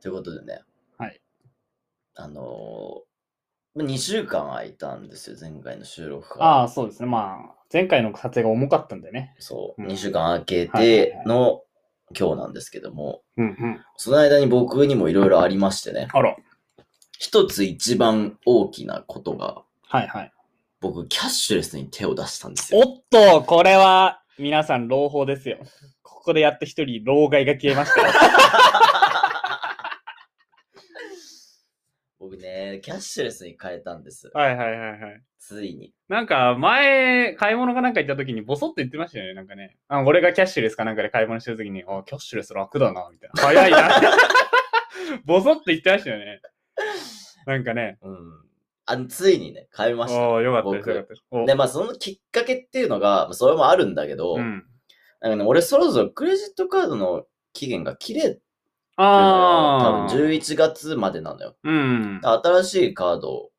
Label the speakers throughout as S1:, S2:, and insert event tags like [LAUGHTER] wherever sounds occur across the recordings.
S1: ということでね、
S2: はい。
S1: あのー、2週間空いたんですよ、前回の収録から。
S2: ああ、そうですね。まあ、前回の撮影が重かったんでね。
S1: そう、
S2: うん
S1: 2週間空け
S2: はいはい
S1: て
S2: はい
S1: の今日なんですけども、
S2: うんうん。
S1: その間に僕にもいろいろありましてね、
S2: あら。
S1: 一つ一番大きなことが、
S2: はいはい。
S1: 僕、キャッシュレスに手を出したんですよ。
S2: おっと、これは、皆さん、朗報ですよ。ここでやっと一人、老害が消えま [LAUGHS] したよ。
S1: 僕ね、キャッシュレスに変えたんです。
S2: はいはいはいはい。
S1: ついに。
S2: なんか、前、買い物かなんか行った時に、ボソッと言ってましたよね。なんかね。あ俺がキャッシュレスかなんかで買い物してる時に、あ、キャッシュレス楽だな、みたいな。 [LAUGHS] 早いな。ボソッと言ってましたよね。なんかね。
S1: うん。あの、ついにね、変えました。
S2: おーよかったです。
S1: 僕
S2: よかったです。お
S1: で、まあ、そのきっかけっていうのが、まあそれもあるんだけど、
S2: うん。
S1: なんかね、俺そろそろクレジットカードの期限が切れてるのよ
S2: ああ。
S1: 多分11月までなのよ。
S2: うん。
S1: 新しいカード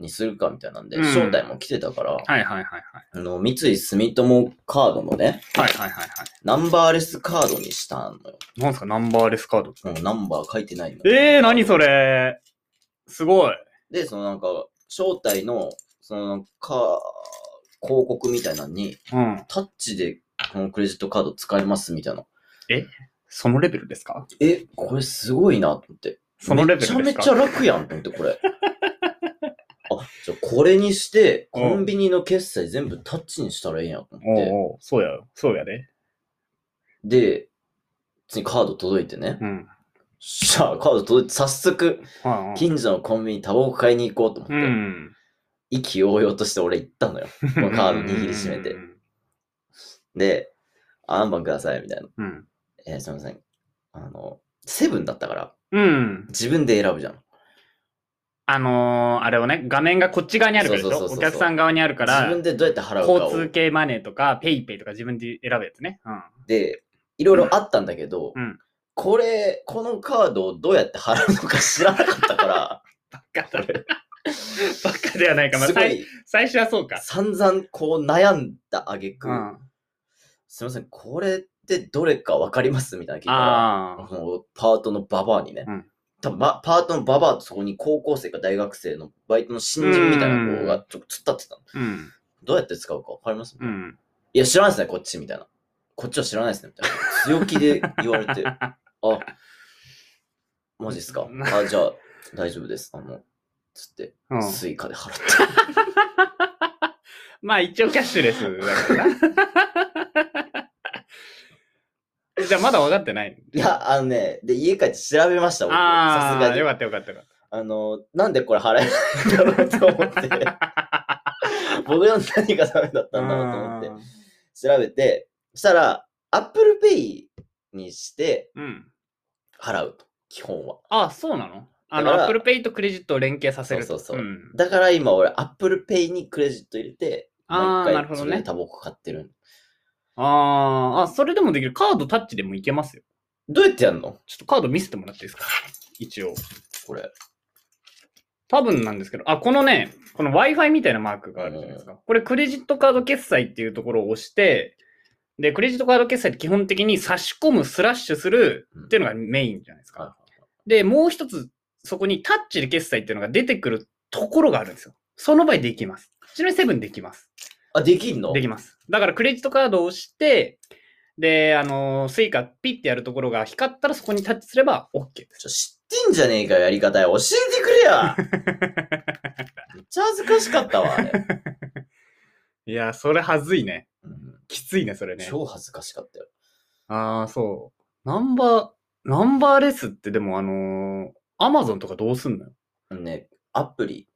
S1: にするかみたいなんで、
S2: うん
S1: 招待も来てたから、
S2: はいはいはいはい。
S1: あの、三井住友カードのね、
S2: はいはいはいはい。
S1: ナンバーレスカードにしたのよ。
S2: なんすか、ナンバーレスカードって
S1: もうナンバー書いてないの。
S2: ええー、何それすごい。
S1: で、そのなんか、招待の、そのか、広告みたいなのに、
S2: うん。
S1: タッチでこのクレジットカード使えますみたいな。
S2: そのレベルですか
S1: え、これすごいなと思って。
S2: そのレベルですか
S1: めちゃめちゃ楽やんと思って、こ
S2: [LAUGHS]
S1: れ。あ、じゃあこれにして、
S2: うん
S1: コンビニの決済全部タッチにしたらええんやと思
S2: お
S1: って。
S2: うおう、そうやよ。そうやで。
S1: で、普通にカード届いてね。
S2: うん。
S1: じゃあカード届いて、早速、
S2: はいはい
S1: 近所のコンビニにタバコ買いに行こうと思って、
S2: うん。
S1: 意気揚々として俺行った
S2: [LAUGHS]
S1: のよ。
S2: カ
S1: のカード握りしめてで、アンパンください、みたいな。
S2: うん。
S1: えーすいません。あの、セブンだったから、
S2: うん。
S1: 自分で選ぶじゃん。
S2: あのー、あれをね、画面がこっち側にあるからでし
S1: そうそうそう
S2: ょ
S1: そう
S2: お客さん側にあるか
S1: 自
S2: ら
S1: 分、でどうやって払うか
S2: 交
S1: を。
S2: 通系マネーとか、ペイペイとか自分で選ぶやつね。うん。
S1: で、いろいろあったんだけど、
S2: うん
S1: これ、このカードをどうやって払うのか知らなかったか
S2: バカだ
S1: これ。
S2: バカでは [LAUGHS] ないか。ま
S1: ら、す
S2: あ、
S1: ご
S2: 最
S1: い
S2: 最初はそうか。
S1: 散々こう悩んだ挙句、
S2: うん。あ
S1: すいません、これってどれかわかりますみたいな聞いたら、
S2: あー。
S1: もうパートのババアにね、
S2: うん
S1: 多分バパートのババアとそこに高校生か大学生のバイトの新人みたいな子がちょっと突っ立ってたの。
S2: うん。
S1: どうやって使うかわかります、
S2: うん。
S1: いや、知らないですね、こっちみたいな。こっちは知らないですね、みたいな。強気で言われ
S2: [LAUGHS]
S1: て、あ、マジっすか。あ、じゃあ、大丈夫です。あの、つって、
S2: うん。
S1: スイカで払った。
S2: まあ一応キャッシュレスだからな。 [LAUGHS] じゃあまだ分かってない。
S1: いや、あのね、で、家帰って調べました、僕さ
S2: あ
S1: す
S2: あ
S1: が、に
S2: よ。かったよかったよかっ。
S1: あの、なんでこれ払えないんだろうと思って、僕の何がダメだったたんだろうと思って、調べて、そしたら、Apple Pay にして
S2: うん。
S1: 払うと、基本は。
S2: ああ、そうなのあ
S1: だか
S2: の、
S1: ら
S2: Apple Pay とクレジットを連携させると。
S1: そうそうそ
S2: ん
S1: だから今俺、Apple Pay にクレジット入れて、
S2: あー
S1: 毎
S2: なるほどね
S1: それでタバコ買ってる。
S2: あーあ、それでもできる。カードタッチでもいけますよ。
S1: どうやってやんの
S2: ちょっとカード見せてもらっていいですか一応。
S1: これ。
S2: 多分なんですけど、あ、このね、この Wi-Fi みたいなマークがあるじゃないですか。これクレジットカード決済っていうところを押して、で、クレジットカード決済って基本的に差し込む、スラッシュするっていうのがメインじゃないです
S1: はいは
S2: か。で、もう一つ、そこにタッチで決済っていうのが出てくるところがあるんですよ。その場合できます。ちなみにセブンできます。
S1: あ、できんの
S2: できます。だからクレジットカードを押して、で、あのスイカピッてやるところが光ったらそこにタッチすれば OK です。
S1: ちょ知ってんじゃねえかよ、やり方よ。教えてくれやめっちゃ恥ずかしかったわ、あれ。
S2: いや、それはずいね。
S1: うん
S2: きついね、それね。
S1: 超恥ずかしかったよ。
S2: ああ、そう。ナンバー、ナンバーレスってでもあのアマゾンとかどうすんのよ
S1: あのね、アプリ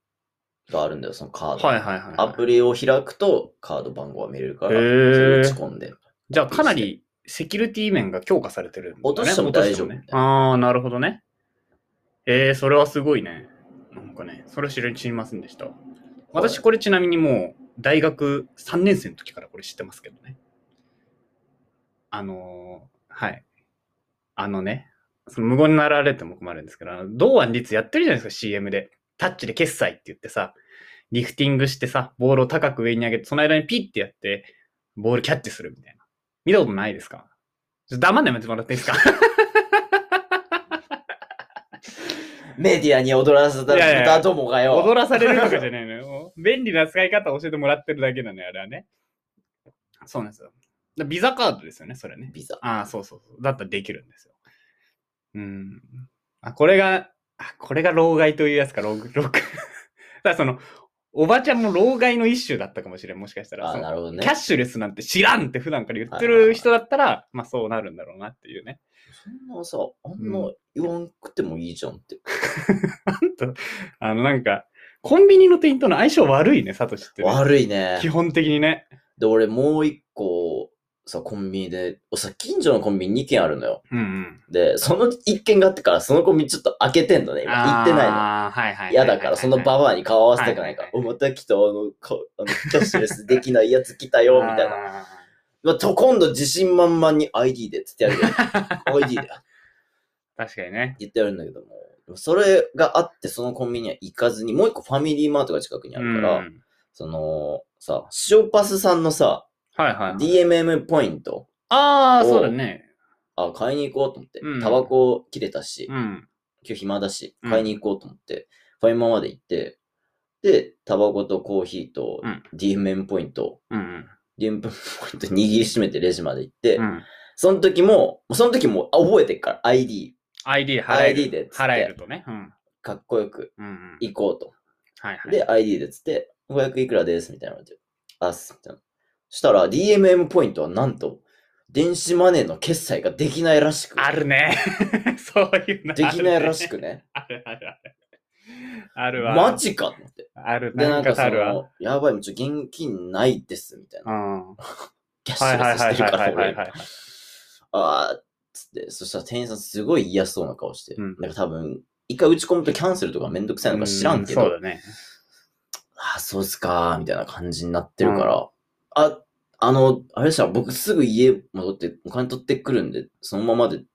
S1: があるんだよ、そのカード。
S2: はいはいはいはい。
S1: アプリを開くとカード番号が見れるから、
S2: へ
S1: そ
S2: ー
S1: れ打ち込んで。
S2: じゃあかなりセキュリティ面が強化されてるんだ、ね。
S1: 落としても大丈夫
S2: 落としてもねああ、なるほどね。ええそれはすごいね。なんかね、それ知り知りませんでした。私これちなみにもう大学3年生の時からこれ知ってますけどね。あのーはい。あのね、その無言になられても困るんですけど、あの堂安律やってるじゃないですか、CM で。タッチで決済って言ってさ、リフティングしてさ、ボールを高く上に上げて、その間にピッてやって、ボールキャッチするみたいな。見たことないですかちょっと黙んないでもらっていいですか
S1: メディアに踊らせた
S2: いやいや
S1: 豚どもがよ。
S2: 踊らされるとかじゃないのよ。 [LAUGHS] もう便利な使い方を教えてもらってるだけなのよ、あれはね。そうなんですよ。だビザカードですよね、それね。
S1: ビザ。
S2: ああ、そうそうそう。だったらできるんですよ。うん。あ、これが、あ、これが老害というやつか、老、老、 [LAUGHS] だからその、おばちゃんも老害の一種だったかもしれん、もしかしたら。
S1: あ
S2: そ
S1: ー、
S2: の
S1: なるほど
S2: キャッ
S1: ね。
S2: シュレスなんて知らんって普段から言って
S1: はいはいは
S2: る
S1: い
S2: 人だったら、まあそうなるんだろうなっていうね。 [LAUGHS]
S1: そんなさ、あんな言わんくてもいいじゃんって。
S2: なんと、あのなんか、コンビニの店員との相性悪いね、サトシってね、
S1: 悪いね
S2: 基。本的にね。
S1: で、俺もう一個、さ、コンビニで、おさ、近所のコンビニ2軒あるのよ。
S2: うんうん。
S1: で、その1軒があってから、そのコンビニちょっと開けてんのね、今。行ってないの。
S2: ああ、はいはいはいはいはい。
S1: 嫌だから、そのババアに顔合わせたくないから、
S2: はい
S1: お、また来た、あの、かあのキャッシュレスできないやつ来たよ、みた
S2: [LAUGHS]
S1: いな。
S2: な。
S1: まあ、と、今度自信満々に ID でって言
S2: [LAUGHS]
S1: ってやるよ。ID でって
S2: 確かにね。
S1: 言ってやるんだけども、それがあって、そのコンビニには行かずに、もう一個ファミリーマートが近くにあるから、
S2: うん
S1: その、さ、塩パスさんのさ、
S2: はいはいはい。
S1: DMM ポイント、
S2: ああ、
S1: を
S2: そうだね。
S1: あ、買いに行こうと思って
S2: うん、
S1: タバコ切れたし、
S2: うん。
S1: 今日暇だし、
S2: うん
S1: 買いに行こうと思って、ファミマまで行って、で、タバコとコーヒーと
S2: うん
S1: DMM ポイントを
S2: うん
S1: でんぷんポイント握りしめてレジまで行って、
S2: うん。うん。
S1: その時も、その時もあ覚えてっから ID、
S2: ID 払える。
S1: ID でっつって
S2: 払えるとね。うん。
S1: かっこよく
S2: うんうん。
S1: 行こうと。
S2: はいはい。
S1: で、ID でっつって、500いくらですみたいなので、あっす、みたいな。したら DMM ポイントはなんと、電子マネーの決済ができないらしく。
S2: あるね。 [LAUGHS] そういうのあるね。
S1: できないらしくね。
S2: あるあるある。 [LAUGHS] あるわ。
S1: マジかと思って。
S2: ある。
S1: で、
S2: な
S1: なんん
S2: か
S1: か
S2: あ
S1: そ
S2: るわ。
S1: の、やばい、ちょ、現金ないです、みたいな
S2: う。ん。
S1: キャッシ
S2: はい
S1: ュ
S2: は
S1: レ
S2: い
S1: スし
S2: はい
S1: てるか
S2: は
S1: ら、
S2: いはい
S1: 俺
S2: はい。
S1: あーっつって、そしたら店員さんすごい嫌そうな顔して、
S2: うん
S1: なんか多分、一回打ち込むとキャンセルとかめんどくさいのか知らんけど、
S2: そうだね。
S1: あー、そうっすかー、みたいな感じになってるから、あ、あの、あれでした、僕すぐ家戻って、お金取ってくるんで、そのままでい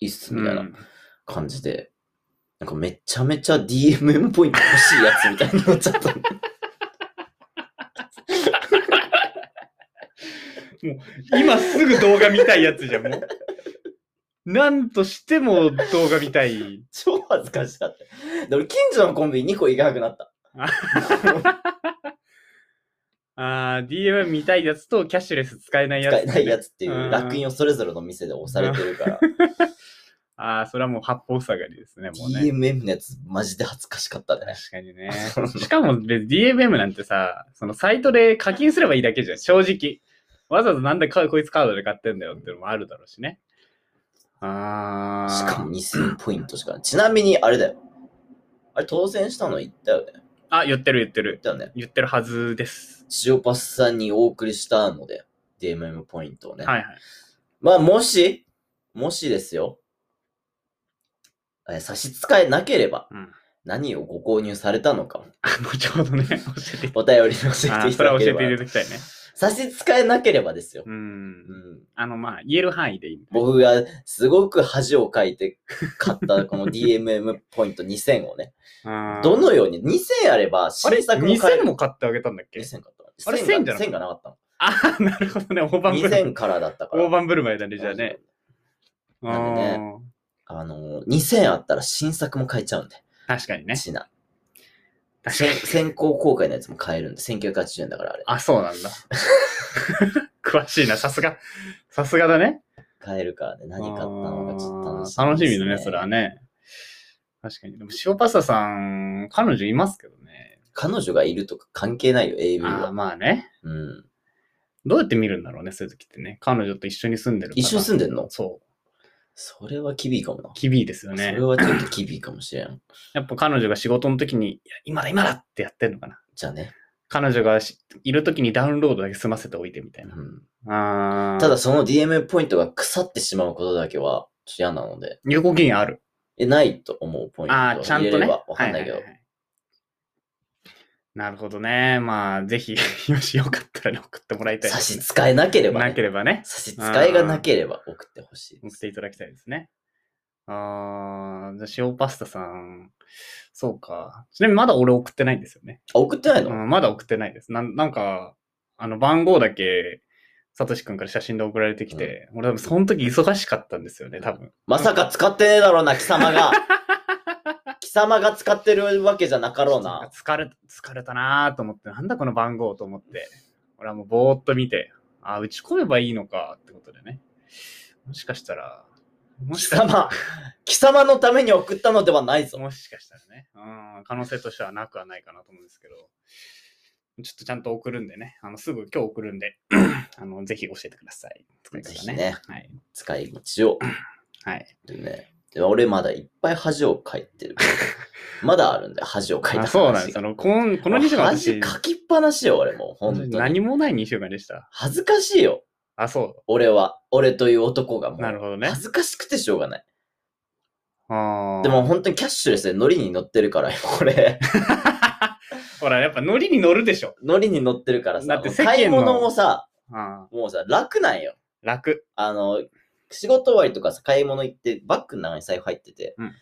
S1: いっす、みたいな感じで、なんかめちゃめちゃ DMM ポイント欲しいやつみたいになっちゃった。
S2: [LAUGHS] 今すぐ動画見たいやつじゃん、もう。
S1: [LAUGHS]
S2: なんとしても動画見たい。
S1: 超恥ずかしかった。で、俺、近所のコンビニ2個行かなくな
S2: [LAUGHS]
S1: った。
S2: あー、DM 見たいやつとキャッシュレス使えないやつ、
S1: 使えないやつっていう楽印
S2: を。
S1: をそれぞれの店で押されて
S2: [LAUGHS]
S1: るから、
S2: あー、それはもう八方塞がりですね、もうね。
S1: DMM のやつ、マジで恥ずかしかったね。
S2: 確か
S1: [LAUGHS]
S2: にね。しかも別に DMM なんてさ、そのサイトで課金すればいいだけじゃん、正直。わざわざなんでかこいつカードで買ってんだよってのもあるだろうしね。あー。
S1: しかも2000ポイントしかない。ちなみに、あれだよ。あれ、当選したの言ったよね。言っ
S2: あ、言ってる言ってる。
S1: たよね。
S2: 言ってるはずです。
S1: 塩パスさんにお送りしたので、DMM ポイントをね。
S2: はいはい。
S1: まあ、もし、もしですよ。え差し支えなければ、
S2: うん
S1: 何をご購入されたのか、
S2: あ、後ほどね、教えて。
S1: お便りに教え
S2: あ
S1: て
S2: ー
S1: い
S2: そ
S1: た
S2: れは
S1: だ
S2: 教
S1: け
S2: え
S1: れば。
S2: ていただきたいね。
S1: 差し支えなければですよ。
S2: う。
S1: うんん
S2: あの、まあ、言える範囲でいいんだ。
S1: 僕がすごく恥をかいて買ったこの DMM ポイント2000をね、
S2: あー
S1: どのように2000あれば
S2: あれ
S1: 新作も買え
S2: 2000
S1: る。
S2: も買ってあげたんだっけ
S1: 2000買った。
S2: あれ1000じゃなかった
S1: 1000がなかったの。
S2: ああ、 [LAUGHS] なるほどね。大盤振る舞
S1: 2000
S2: い。
S1: からだったから。
S2: [LAUGHS] 大盤振る舞いだね、じゃあね。。
S1: なんでね
S2: うん
S1: あのー、2000あったら新作も買えちゃうんで、
S2: 確かにね。
S1: シナ。
S2: 確かに
S1: 先。先行公開のやつも買えるんで、1980円だからあれ。
S2: あ、そうなんだ。 [LAUGHS] 詳しいな、さすが。さすがだね。
S1: 買えるからね、何買ったのかちょっと楽しみ、
S2: あー楽しみだね、それは。ね。確かに。でも、塩パスタさん、彼女いますけどね。
S1: 彼女がいるとか関係ないよ、AV
S2: あー
S1: は。
S2: まあね。
S1: うん。ど
S2: どうやって見るんだろうね、そういう時ってね。彼女と一緒に住んでる。
S1: 一緒に住んでんの
S2: そう。
S1: それはキビいかもな。
S2: 厳しいですよ
S1: そ
S2: ね
S1: れ。はちょっと厳しいかもしれん。 [CLEARS THROAT]
S2: やっぱ彼女が仕事の時に、いや今だ今だってやってんのかな。
S1: じゃあね。
S2: 彼女がしいる時にダウンロードだけ済ませておいてみた
S1: う
S2: いな。
S1: ん、
S2: あー
S1: ただ、その DMM ポイントが腐ってしまうことだけはちょっと嫌なので、
S2: 有効期限ある。
S1: え、ないと思うポイントを
S2: ああ、ちゃん
S1: 入
S2: と
S1: れれ
S2: ね。
S1: ばわかんないけど、
S2: はははなるほどね。まあ、ぜひ、 [LAUGHS] もしよかったらね、送ってもらいたいで
S1: 差
S2: す
S1: し
S2: ね、
S1: 支えなければ、
S2: なけ
S1: ね、
S2: ればね、
S1: 差し支えがなければ送ってほしいで
S2: 送っ
S1: す。
S2: ていただきたいですね。ああ、じゃあ塩パスタさん。そうか。ちなみにまだ俺送ってないんですよね。
S1: あ、送ってないの、
S2: うん、まだ送ってないです。なんなんか、あの、番号だけ、さとしくんから写真で送られてきて、俺多分その時忙しかったんですよね、多分。 [LAUGHS]
S1: まさか使ってねえだろうな、貴様が。貴様が使ってるわけじゃなかろう
S2: なん [LAUGHS]
S1: な。
S2: か疲れ、疲れたなーと思って、なんだこの番号と思って、俺はもうぼーっと見て、あー、打ち込めばいいのかってことでね。もしかしたら、も
S1: 貴
S2: しかしたら
S1: 様、貴様のために送ったのではないぞ。
S2: もしかしたらね、うん、可能性としてはなくはないかなと思うんですけど、ちょっとちゃんと送るんでね、あのすぐ今日送るんで、 [CLEARS THROAT] あのぜひ教えてください。使い
S1: ぜ
S2: 方
S1: ひ
S2: ね。
S1: ね、
S2: はい。
S1: 使い道を。
S2: はい。
S1: でね、で俺まだいっぱい恥をかいて
S2: [LAUGHS]
S1: る。まだあるんだよ、恥をかいた
S2: あ
S1: 話
S2: そうなんです。あ
S1: が
S2: の、こんこの2週間
S1: 恥
S2: 私、
S1: かきっぱなしよ、俺もう。本当に。
S2: 何もない2週間でした。
S1: 恥ずかしいよ、
S2: あ、そ
S1: 俺は。俺という男がも
S2: う。なる
S1: う。
S2: ほどね。
S1: 恥ずかしくてしょうがない。
S2: あー
S1: でも、本当にキャッシュレスでノリに乗ってるから、 [LAUGHS] 俺。
S2: ほら、やっぱノリに乗るでしょ。
S1: ノリに乗ってるから
S2: だ
S1: さ
S2: って、世間の
S1: 買い物もさ、
S2: あー
S1: もうさ、楽なんよ。
S2: 楽。
S1: あの、仕事終わりとかさ、買い物行って、バッグの中に財布入ってて、
S2: うん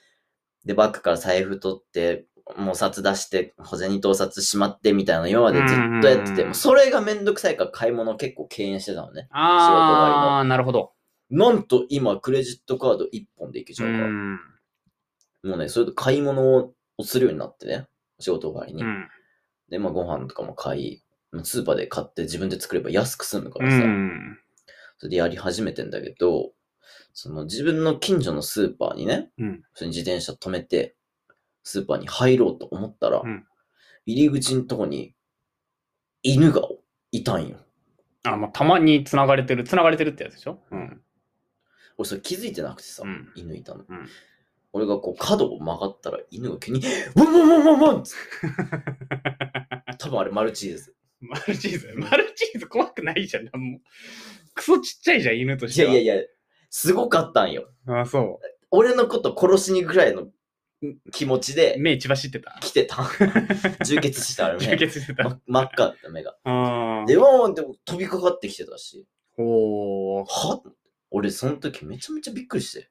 S1: で、バッグから財布取って、もう札出して、小銭とお札しまってみたいなの今までずっとやって
S2: うんうん
S1: て、
S2: うん
S1: もうそれがめんどくさいから買い物結構敬遠してたのね。
S2: ああ、なるほど。
S1: なんと今、クレジットカード1本でいけち
S2: う
S1: ゃうから、
S2: ん。
S1: もうね、それで買い物をするようになってね、仕事終わりに。
S2: うん。
S1: で、まあご飯とかも買い、スーパーで買って自分で作れば安く済むか
S2: う
S1: らさ、
S2: ん。
S1: それでやり始めてんだけど、その自分の近所のスーパーにね、
S2: うん
S1: 普通に自転車止めて、スーパーに入ろうと思ったら、
S2: うん
S1: 入り口のとこに犬がいたんよ。
S2: あ、まあ、たまに繋がれてる、繋がれてるってやつでしょうん。
S1: 俺それ気づいてなくてさ、
S2: うん
S1: 犬いたの。
S2: うん
S1: 俺がこう角を曲がったら犬が急に、ワンワンワンワンワンっつっ
S2: [LAUGHS]
S1: て多分あれマルチーズ。
S2: マルチーズ、 [LAUGHS] マルチーズ怖くないじゃん。なんもクソちっちゃいじゃん、犬とし
S1: い
S2: て
S1: や
S2: は。
S1: いやいや、すごかったんよ。
S2: や。あ、そ
S1: 俺のこと殺しに行くぐらいの気持ち
S2: う。
S1: で
S2: 目血走ってた。
S1: 来て
S2: [LAUGHS]
S1: た。充血したあれね。
S2: 充血してた。あ
S1: ま真っ赤だった目が。
S2: あー。
S1: で、ワンワンって飛びかかってきてたし、
S2: ほー。
S1: は俺、その時めちゃめちゃびっくりして、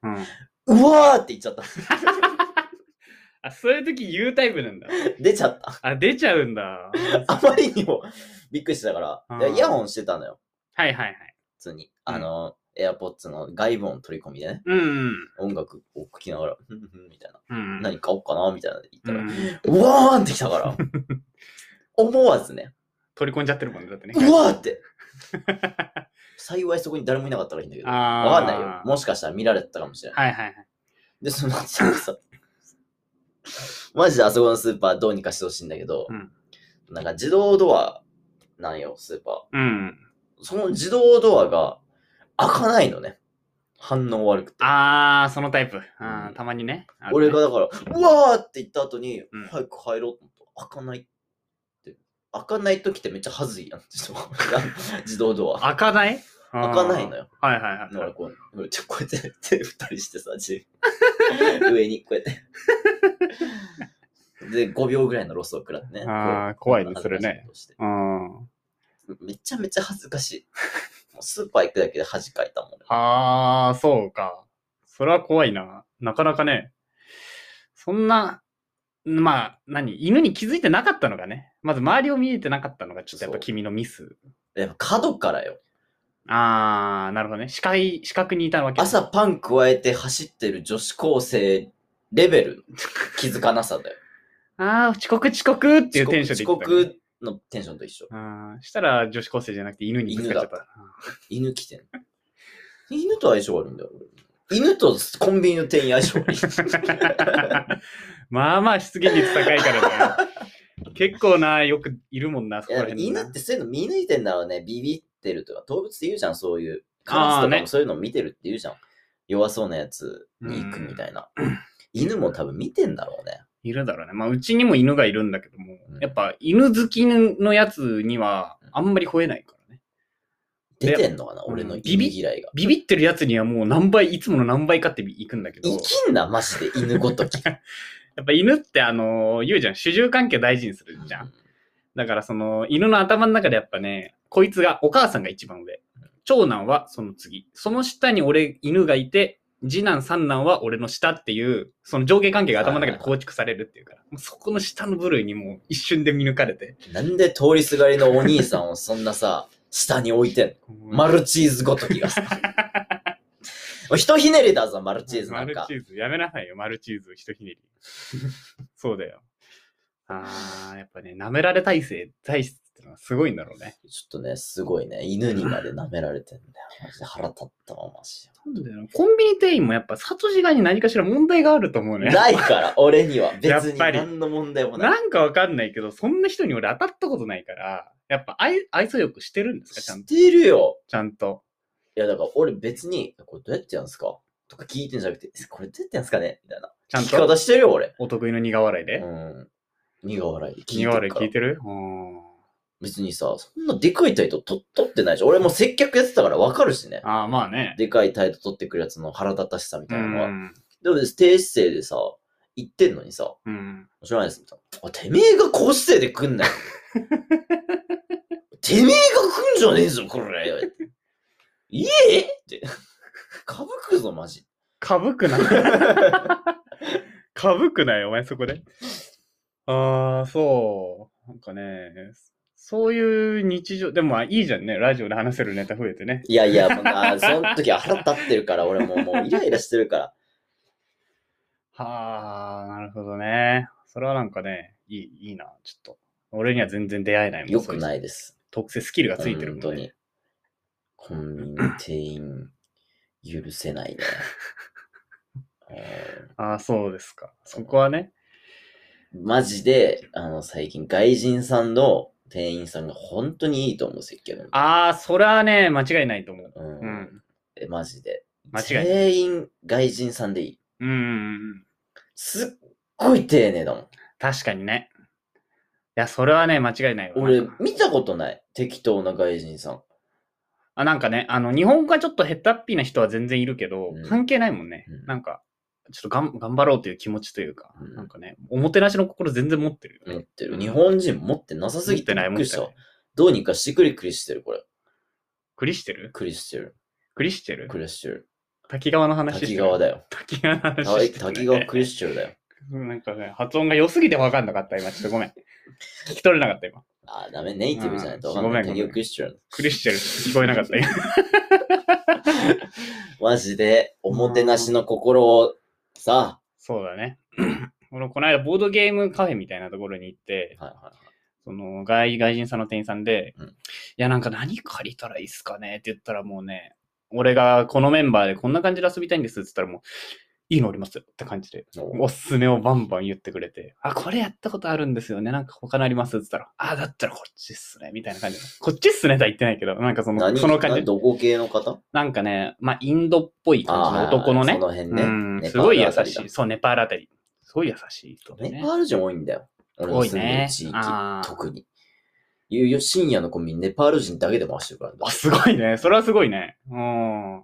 S2: うん。
S1: うわーって言っちゃった。 [LAUGHS]
S2: あ、そういう時言うタイプな
S1: [LAUGHS]
S2: んだ。
S1: 出ちゃった。
S2: あ、出ちゃうんだ。
S1: あまりにもびっくりしてたか
S2: あ
S1: ら、
S2: ー
S1: でイヤホンしてたのよ、
S2: はいはいはい。
S1: 普通に。
S2: うん
S1: あの、エアポッツの外部音取り込みでね、
S2: うんうん。
S1: 音楽を聴きながら、ふんふんみたいな、
S2: うん。
S1: 何買おうかなみたいなの言った
S2: う
S1: ら、
S2: ん
S1: うわーんってきた
S2: [LAUGHS]
S1: から、思わずね、
S2: 取り込んじゃってるもんねだってね。
S1: うわーって。
S2: [LAUGHS]
S1: 幸いそこに誰もいなかったらいいんだけど、わ
S2: あー
S1: かんないよ。もしかしたら見られてたかもしれない。
S2: はいはいはい。
S1: で、その [LAUGHS] 後にさ、マジであそこのスーパーどうにかしてほしいんだけど、
S2: うん
S1: なんか自動ドアなんよ、スーパ
S2: うん。
S1: ー。その自動ドアが開かないのね。反応悪くて。
S2: あー、そのタイプ。あ
S1: うん
S2: ーたまにね。あ
S1: 俺
S2: るね
S1: が。だから、うわーって言った後に、
S2: うん
S1: 早く入ろうと思ったら開かないって。開かない時ってめっちゃ恥ずいやん、自動自動ドア。
S2: 開かない
S1: 開かないの
S2: よ。
S1: よ。
S2: はいはいは
S1: だから
S2: い。
S1: こう、俺ちょこうやって [LAUGHS] 手二人してさ、自分上にこうや
S2: [LAUGHS]
S1: って。で、5秒ぐらいのロスを食らってね。こ
S2: あー
S1: う
S2: 怖いねそれ。
S1: こ
S2: ね
S1: んな恥ずかしいこ
S2: う
S1: と
S2: ん。
S1: してめちゃめちゃ恥ずかし
S2: [LAUGHS]
S1: い。もうスーパー行くだけで恥かいたもん。
S2: あー、そうか。それは怖いな。なかなかね。そんな、まあ、何犬に気づいてなかったのがね。まず周りを見えてなかったのが、ちょっとやっぱ
S1: そう
S2: 君のミス。
S1: やっぱ角からよ。
S2: あー、なるほどね。視界、視覚にいたわけ。
S1: 朝パン加えて走ってる女子高生レベ
S2: [LAUGHS]
S1: ルの気づかなさだよ。
S2: あー、遅刻遅刻っていうテンションで
S1: 遅
S2: 言ってたね
S1: 刻のテンションと一緒。
S2: あーしたら女子高生じゃなくて犬にぶつかっちゃった。
S1: 犬来てんの。犬と相性悪いんだよ。俺犬とコンビニの店員相性悪い。
S2: [LAUGHS] まあまあ出現率高いからね。結構な、よくいるもんな、そこ
S1: いや
S2: ら
S1: でも
S2: 辺
S1: 犬
S2: のな
S1: ってそういうの見抜いてんだろうね。ビビってるとか、動物って言うじゃん、そういう。カ
S2: あー
S1: ラスとかも
S2: ね
S1: そういうの見てるって言うじゃん。弱そうなやつに行くみたいな。犬も多分見てんだろうね。
S2: いるだろうね。まあ、うちにも犬がいるんだけども、
S1: うん
S2: やっぱ犬好きのやつには、あんまり吠えないからね。
S1: 出てんのかな、
S2: うん
S1: 俺の
S2: ビ
S1: 犬
S2: ビ
S1: 嫌いが。
S2: ビビってるやつにはもう何倍、いつもの何倍かって行くんだけど、
S1: 生
S2: や
S1: きんな、マジで犬ごと
S2: [LAUGHS]
S1: き。
S2: っぱ犬ってあの、言うじゃん、主従関係大事にするじゃん。だからその犬の頭の中でやっぱね、こいつがお母さんが一番上、長男はその次、その下に俺犬がいて、次男三男は俺の下っていう、その上下関係が頭の中で構築されるっていうから、もうそこの下の部類にもう一瞬で見抜かれて、
S1: なんで通りすがりのお兄さんを
S2: [LAUGHS]
S1: そんなさ、下に置いてんのマルチーズごときがさ。おひとひねりだぞ、マルチーズな
S2: マ
S1: ん
S2: ル
S1: か
S2: チ。ーズ、やめなさいよ、マルチーズ、ひとひねり。 [LAUGHS] そうだよ。あー、やっぱね、舐められ体制、体質ってのはすごいんだろうね。
S1: ちょっとね、すごいね。犬にまで舐められてんだよ。マジで腹立ったわ、マジ
S2: なんでだろうコンビニ店員もやっぱ、サトシ側に何かしら問題があると思う [LAUGHS]
S1: で。
S2: ね。
S1: ないから、俺には。
S2: やっ
S1: 別に
S2: ぱり
S1: 何の問題もない。
S2: なんかわかんないけど、そんな人に俺当たったことないから、やっぱ愛愛想よくしてるんですか、ちゃ
S1: 知
S2: ん
S1: っ
S2: と。
S1: てるよ。
S2: ちゃんと。
S1: いや、だから俺別に、これどうやってやるんですかとか聞いてんじゃなくて、えこれどうやってやるんですかねみたいな。
S2: ちゃん
S1: 聞き方
S2: と。
S1: してるよ、俺。
S2: お得意の苦笑いで。
S1: うん。苦笑い。
S2: 苦笑い聞
S1: るか
S2: い
S1: ら。
S2: てるうん
S1: 別にさ、そんなでかい態度と取ってないでしょ。俺も接客やってたからわかるしね。
S2: ああ、まあね。
S1: でかい態度取ってくるやつの腹立たしさみ
S2: う
S1: たいなのは。
S2: ん。
S1: でも低姿勢でさ、言ってんのにさ、
S2: うん。
S1: 知らないですみたいな。あてめえが高姿勢で来ん
S2: [LAUGHS]
S1: なよ。てめえが来んじゃねえぞ、これ。いえって。かぶくぞ、マジ。
S2: かぶくな。
S1: [LAUGHS]
S2: かぶくなよ、お前そこで。ああ、そう。なんかね、そういう日常、でもまあいいじゃんね。ラジオで話せるネタ増えてね。
S1: いやい
S2: [LAUGHS]
S1: や、もうなその時は腹立ってるから、俺もうもうイライラしてる
S2: [LAUGHS]
S1: から。
S2: はあ、なるほどね。それはなんかね、いい、いいな、ちょっと。俺には全然出会えないもん。。
S1: よくないいです。
S2: 特性スキルがついてる
S1: 本
S2: もん
S1: 当
S2: ね
S1: に。。コンビニ店員、許せないね。うん
S2: ああ、そうですか。そこはね。
S1: マジで、あの、最近、外人さんの店員さんが本当にいいと思う、接客の。
S2: ああ、それはね、間違いないと思う。
S1: うん
S2: うん。
S1: え、マジで。
S2: 間違いない
S1: 全員外人さんでいい。
S2: うんうんうん。
S1: すっごい丁寧だもん。
S2: 確かにね。いや、それはね、間違いないわ。
S1: 俺
S2: なんか、
S1: 見たことない。適当な外人さん。
S2: あなんかね、あの、日本語がちょっとヘタっぴーな人は全然いるけど、
S1: うん
S2: 関係ないもんね。
S1: うん
S2: なんか、ちょっとがん頑張ろうという気持ちというか、
S1: うん
S2: なんかね、おもてなしの心全然持ってるよね。
S1: 持ってる。日本人持ってなさすぎ
S2: 持って
S1: て
S2: な
S1: び
S2: い、
S1: っ
S2: 持
S1: く
S2: っ
S1: り
S2: て
S1: し
S2: な
S1: た
S2: い。。
S1: どうにかしてくりくりしてる、これ。
S2: クリしてる
S1: くりしてる。
S2: クリしてる
S1: クリしてる。
S2: 滝川の話してる
S1: 滝川だよ。
S2: 滝川の話
S1: た
S2: してるね
S1: 滝川クリスチュルだよ。
S2: なんかね、発音が良すぎて分かんなかった、今。ちょっとごめん。聞き取れなかった、今。
S1: あー、ダメ、ネイティブじゃないとわかんない。
S2: うんごめんご
S1: 滝
S2: めん
S1: 川クリスチュル。
S2: クリしてる。聞こえなかった、今。
S1: マジで、おもてなしの心を、さ
S2: そうだね。俺、この間、ボードゲームカフェみたいなところに行って、
S1: あ、はいはいはい
S2: その外外人さんの店員さんで、
S1: うん
S2: いや、なんか何借りたらいいっすかねって言ったらもうね、俺がこのメンバーでこんな感じで遊びたいんですって言ったらもう、いいのありますよって感じで、
S1: お
S2: おすすめをバンバン言ってくれて、あ、これやったことあるんですよね。なんか他のありますって言ったら、あ、だったらこっちっすね。みたいな感じで。こっちっすねとは言ってないけど、なんかその
S1: 何
S2: その感
S1: な
S2: じ。
S1: どこ系の方
S2: なんかね、まあ、インドっぽい感じの男の
S1: あ
S2: ね
S1: ーそ。の辺
S2: う
S1: ね。
S2: ん、すごい優
S1: ネパールあたり
S2: し
S1: だ
S2: い。そう、ネパールあたり。すごい優しい人で
S1: ネ
S2: ね
S1: パ。ール人多いんだよ。俺の住んでる地
S2: 多い
S1: 域
S2: ねあ、ー
S1: 特に。いうよ深夜のコンビニ、ネパール人だけで回してるからね。
S2: あ、すごいね。それはすごいね。うん。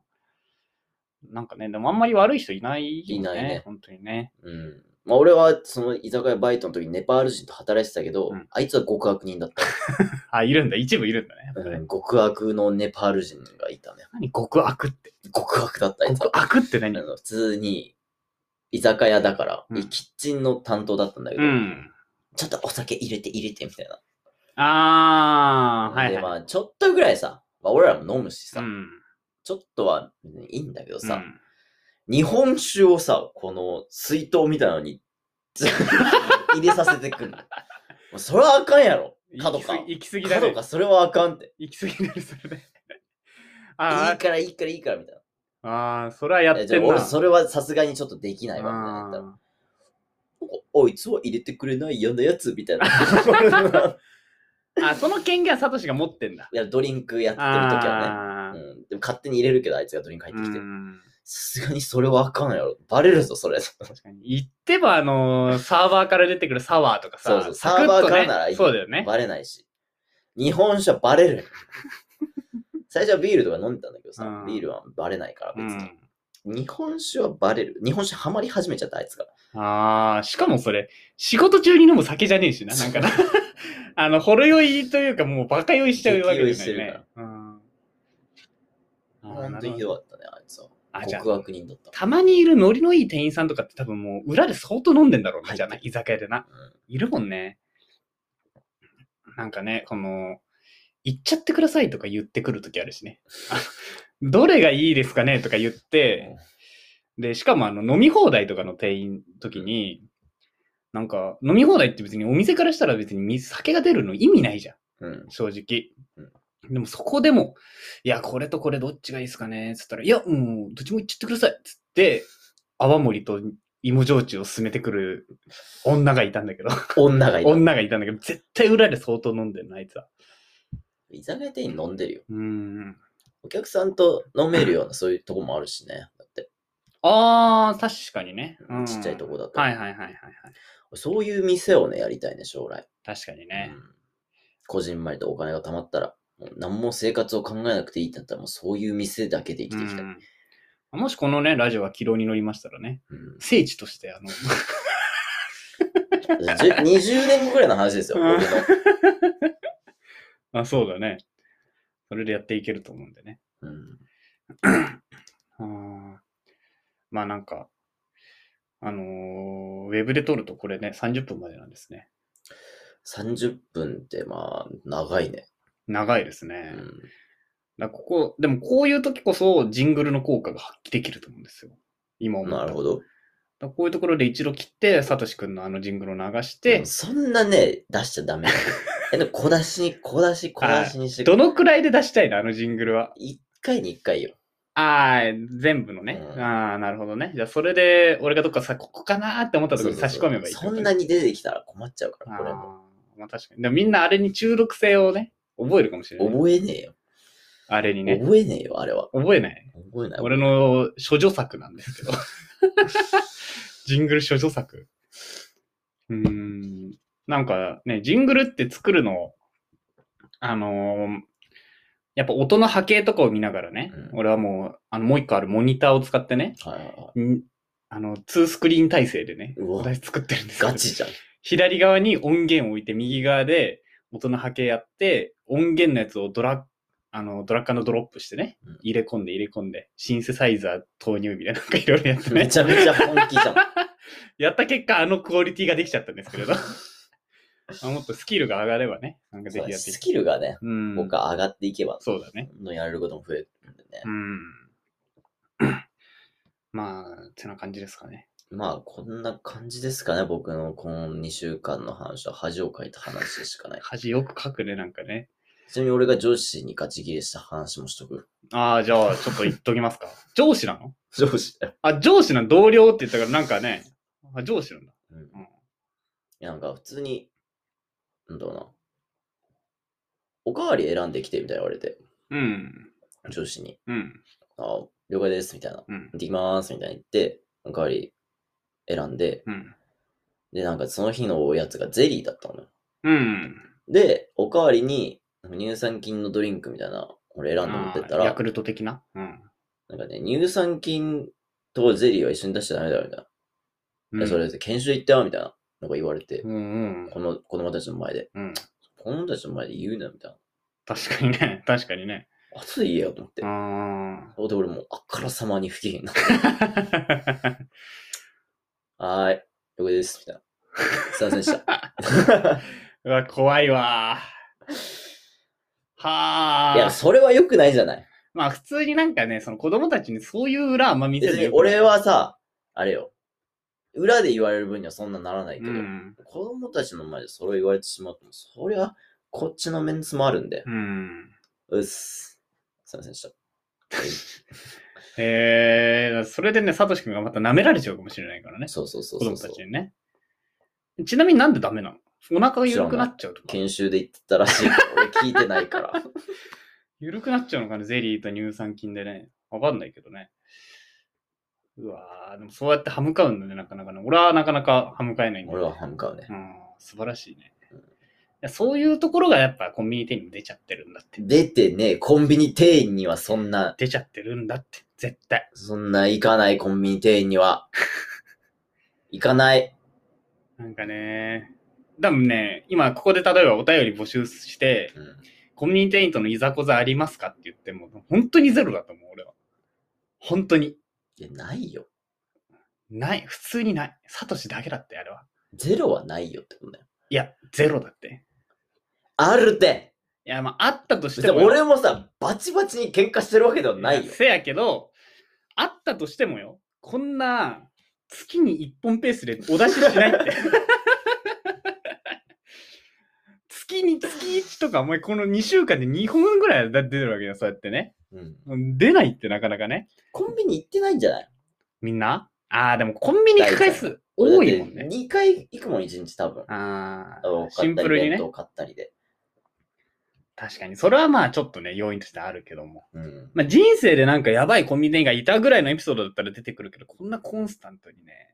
S2: なんかね、でもあんまり悪い人いないよ、ね。
S1: いないね
S2: 本当にね。
S1: うん。まあ俺は、その居酒屋バイトの時にネパール人と働いてたけど、
S2: うん
S1: あいつは極悪人だ
S2: [LAUGHS]
S1: った。
S2: あ、いるんだ。一部いるんだね。やっぱね
S1: うん極悪のネパール人がいたね。
S2: 何極悪って。
S1: 極悪だった、あいつは
S2: 極悪って何
S1: あの普通に、居酒屋だから、
S2: うん
S1: キッチンの担当だったんだけど、
S2: うん。
S1: ちょっとお酒入れて入れてみたいな。
S2: あー、はい、
S1: で、ま
S2: はい。
S1: あ、ちょっとぐらいさ、まあ、俺らも飲むしさ、
S2: うん。
S1: ちょっとは別にいいんだけどさ、
S2: うん
S1: 日本酒をさ、この水筒みたいなのに [LAUGHS] 入れさせてくるの。もうそれはあかんやろ。角か。
S2: 行き過ぎ行き過ぎだ
S1: 角
S2: ね
S1: か、。それはあかんって。
S2: 行き過ぎだね、 [LAUGHS] それで。
S1: い
S2: あ
S1: いからいいからいいからみたいな。
S2: ー、あーそれはやっ
S1: えじゃ
S2: て
S1: あ
S2: んな。
S1: 俺それはさすがにちょっとできないわみたいになったら。
S2: あ
S1: おおいつは入れてくれない嫌なやつみたいな。
S2: [LAUGHS] ーあ、その権限はサトシが持ってんだ。
S1: いやドリンクやってる時はね。
S2: あー
S1: うん、でも勝手に入れるけどあいつがドリンク入ってきてさ
S2: うん
S1: すがにそれはあかんやろバレるぞそれそ
S2: 確かに。言ってば、あのーサーバーから出てくるサワーとかさ、
S1: うそうサ
S2: サク
S1: ー
S2: ッ
S1: バー
S2: と
S1: から
S2: ね
S1: ならいい
S2: そうだよね。
S1: バレないし日本酒はバ
S2: [LAUGHS]
S1: レる最初はビールとか飲んでたんだけどさ、
S2: うん
S1: ビールはバレないから
S2: う
S1: 別に、
S2: ん、
S1: 日本酒はバレる日本酒ハマり始めちゃったあいつが
S2: ああ、しかもそれ、仕事中に飲む酒じゃねえしな、なんかな。 [LAUGHS] あの、ほろ酔いというか、もうバカ酔いしちゃうわけですよ
S1: 激酔いして
S2: ね
S1: る。
S2: うんあー
S1: 本当にひ
S2: なるほど
S1: どかったねあいつは
S2: あじゃあ
S1: 極悪人だった
S2: たまにいるノリのいい店員さんとかって多分もう裏で相当飲んでんだろうな、
S1: はい
S2: じゃあな、居酒屋でな。
S1: うん
S2: いるもんね。なんかね、この、行っちゃってくださいとか言ってくるときあるし
S1: [LAUGHS]
S2: ね。あどれがいいですかねとか言って、で、しかもあの飲み放題とかの店員の時に、なんか飲み放題って別にお店からしたら別に水酒が出るの意味ないじゃん。
S1: うん。
S2: 正直。でもそこでも、いや、これとこれどっちがいいですかねつったら、いや、もうどっちも言っちゃってくださいつって、泡盛と芋焼酎を勧めてくる女がいたんだけど、
S1: 女がいた。
S2: 女がいたんだけど、絶対裏で相当飲んでるな、あいつは。
S1: 居酒屋店員飲んでるよ。
S2: うーん。
S1: お客さんと飲めるようなそういうとこもあるしね。だって、
S2: あー、確かにね。うん
S1: ちっちゃいとこだと
S2: はいはいはいはい。はい
S1: そういう店をね、やりたいね、将来。
S2: 確かに
S1: う
S2: ね。
S1: ん。こじんまりとお金が貯まったら、もう何も生活を考えなくていいってなったら、もうそういう店だけで生きていきたい。
S2: うんもしこのね、ラジオが軌道に乗りましたらね、
S1: うん
S2: 聖地として、あの、 [LAUGHS]
S1: じゅ20年後 [LAUGHS] ぐらいの話です
S2: [LAUGHS]
S1: よ、
S2: うん
S1: 僕の。
S2: あ、そうだね。それでやっていけると思うんでね。
S1: うん
S2: あーまあなんか、あのーウェブで撮るとこれね、30分までなんですね。
S1: 30分ってまあ、長いね。
S2: 長いです
S1: う
S2: ね。だか
S1: ん
S2: らここ、でもこういう時こそジングルの効果が発揮できると思うんですよ。今思うと
S1: なるほど。
S2: だからこういうところで一度切って、サトシ君のあのジングルを流し
S1: で
S2: て
S1: も、そんなね、出しちゃダ
S2: [LAUGHS]
S1: メだよ。え、でも小出しに、小出し、小出しにして
S2: どのくらいで出したいのあのジングルは。
S1: 一回に一回よ。
S2: ああ、全部のね。
S1: うん
S2: ああ、なるほどね。じゃあそれで、俺がどっかさ、ここかなーって思ったところに差し込めばいいって
S1: そ
S2: ことね。
S1: んなに出てきたら困っちゃうから、これも。
S2: あーまあ確かに。でもみんなあれに中毒性をね、覚えるかもしれない。
S1: 覚えねえよ。
S2: あれにね。
S1: 覚えねえよ、あれは。
S2: 覚えない。
S1: 覚えない。
S2: [LAUGHS] 俺の処女作なんですけど。 [LAUGHS] ジングル処女作。うーん。なんかね、ジングルって作るの、あのーやっぱ音の波形とかを見ながらね、
S1: うん
S2: 俺はもう、あの、もう一個あるモニターを使ってね、
S1: はいはいはい。
S2: んあの、ツースクリーン体制でね、
S1: うわ
S2: 私作ってるんですけど
S1: ガチじゃん。
S2: 左側に音源を置いて、右側で音の波形やって、音源のやつをドラあのドラッカーのドロップしてね
S1: うん、
S2: 入れ込んで入れ込んで、シンセサイザー投入みたいな、なんかいろいろやって
S1: め
S2: ね。
S1: ちゃめちゃ本気じゃん。
S2: [LAUGHS] やった結果、あのクオリティができちゃったんですけれど。 [LAUGHS] まあもっとスキルが上がればね、なんかぜ
S1: そう
S2: ひ
S1: だ
S2: やってい
S1: ス
S2: き
S1: キルがね、
S2: うん。
S1: 僕は上がっていけば、
S2: そうだね。
S1: のやれることも増えるんでね
S2: う。ん。まあ、てな感じですかね。
S1: まあ、こんな感じですかね、僕のこの2週間の話は恥をかいた話しかない。
S2: 恥よくかくね、なんかね。
S1: ちなみに俺が上司にガチギレした話もしとく。
S2: ああ、じゃあ、ちょっと言っときますか。上司なの
S1: 上司だよ。
S2: あ、上司なの同僚って言ったから、なんかね、あ上司なんだ。
S1: うん。いやなんか普通に、なんだろうな。おかわり選んできてみたいに言われて、
S2: うん。
S1: 上司に。
S2: うん。
S1: あ了解です、みたいな。
S2: うん。
S1: できまーす、みたいに言って、おかわり選んで、
S2: うん。
S1: で、なんかその日のおやつがゼリーだったのよ。
S2: うん。
S1: で、おかわりに乳酸菌のドリンクみたいな、俺選んで持ってった
S2: あーヤ
S1: ら
S2: ク、ルト的なうん。
S1: なんかね、乳酸菌とゼリーは一緒に出しちゃダメだよ、みたいな。
S2: う
S1: え
S2: ん
S1: それで研修行ったよみたいなのが言われて
S2: う、んうん。
S1: この子供たちの前で、
S2: うん。
S1: 子供たちの前で言うな、みたい
S2: 確かにね、 [LAUGHS] 確かにね。
S1: な。後で言えよと思って
S2: あ。ん。
S1: で、俺もうあからさまに不機嫌になって、はーい、了解です、みたいな。すいませんでした。
S2: [LAUGHS] うわ、怖いわー。はい [LAUGHS] あ。
S1: や、それは良くないじゃない。
S2: まあ、普通になんかね、その子供たちにそういう裏あんま見せ
S1: 別
S2: ない
S1: に俺、はさ、あれよ、裏で言われる分にはそんなならないけど、
S2: うん。
S1: 子供たちの前でそれを言われてしまっても、そりゃ、こっちのメンツもあるんで、
S2: うん。
S1: うっす。すいませんでした。
S2: えー、それでね、サトシ君がまた舐められちゃうかもしれないからね。
S1: そうそうそう
S2: 子
S1: そう
S2: 供
S1: そ
S2: た
S1: う。
S2: ちにね。ちなみになんでダメなのお腹が緩くなっちゃうとか。
S1: 研修で言ってたら
S2: [LAUGHS]
S1: しいけど。俺聞いてないから。
S2: 緩くなっちゃうのかねゼリーと乳酸菌でね。わかんないけどね。うわーでもそうやって歯向かうんだね、なかなかね。俺はなかなか歯向かえないんだよ
S1: 俺は歯向かうね。
S2: うん、素晴らしいね。いやそういうところがやっぱコンビニ店員も出ちゃってるんだって。
S1: 出てね、コンビニ店員にはそんな、
S2: 出ちゃってるんだって、絶対。
S1: そんな行かないコンビニ店員に
S2: [LAUGHS]
S1: は。行かない。
S2: なんかね、多分ね、今ここで例えばお便り募集して、
S1: うん
S2: コンビニ店員とのいざこざありますかって言っても、本当にゼロだと思う、俺は。本当に。
S1: いや、ないよ。
S2: ない。普通にない。サトシだけだって、あれは。
S1: ゼロはないよってことだよ。
S2: いや、ゼロだって。
S1: あるって
S2: や、まあ、あったとし
S1: 別
S2: て
S1: に
S2: も。
S1: 俺もさ、バチバチに喧嘩してるわけではない
S2: や
S1: よ。
S2: せやけど、あったとしてもよ、こんな月に1本ペースでお出ししないって。 [LAUGHS] 月に月1とか、お前この2週間で2本ぐらい出てるわけよ、そうやってね。
S1: うん、
S2: 出ないってなかなかね。
S1: コンビニ行ってないんじゃない
S2: みんなああ、でもコンビニ行く回数多いもんね。
S1: 2回行くもん、1日多分。
S2: あ
S1: あの
S2: あ、シンプルに
S1: 買ったり弁
S2: ね
S1: 当。買ったりで。
S2: 確かに。それはまあちょっとね、要因としてあるけども。
S1: うん。
S2: まあ、人生でなんかやばいコンビニがいたぐらいのエピソードだったら出てくるけど、こんなコンスタントにね、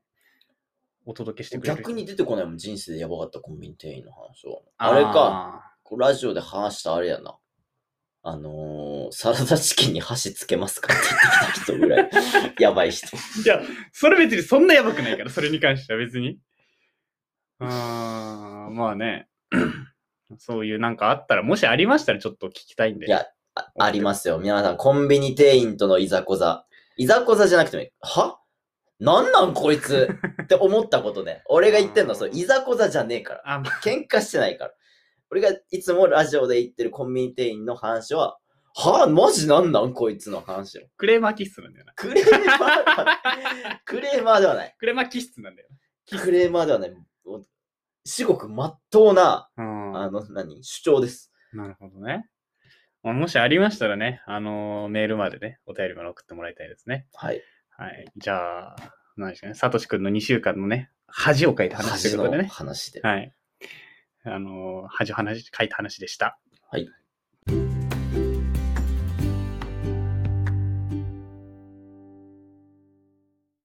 S2: お届けしてくれる。
S1: 逆に出てこないもん、人生でやばかったコンビニ店員の話は。
S2: あー
S1: あれか、。こうラジオで話したあれやな。あのー、サラダチキンに箸つけますかって言ってきた人ぐらい、
S2: [LAUGHS]
S1: やばい人。
S2: いや、それ別にそんなやばくないから、それに関しては
S1: [LAUGHS]
S2: 別に。あーまあね。 [CLEARS THROAT] そういうなんかあったら、もしありましたらちょっと聞きたいんで。
S1: いやあありますよ。皆さん、コンビニ店員とのいざこざ。いざこざじゃなくてもいい。はなんなんこいつって思ったことね。俺が言ってんのはそう、いざこざじゃねえから。
S2: あ、まあ、
S1: 喧嘩してないから。俺がいつもラジオで言ってるコンビニ店員の話は、はあ、マジなんなんこいつの話よ。
S2: クレーマー気質なんだよな。
S1: クレーマー、クレーマーではない。
S2: クレーマー気質なんだよ
S1: クレーマーではない。もう至極真っ当な、
S2: な。うん
S1: あの、何主張です。
S2: なるほどね。まあもしありましたらね、あのーメールまでね、お便りまで送ってもらいたいですね。
S1: はい。
S2: はい。じゃあ、何ですかね。サトシ君の2週間のね、恥をかいた話ということで
S1: の
S2: ね。
S1: 話で。
S2: はい。あのー恥を話、かいた話でした。
S1: はい。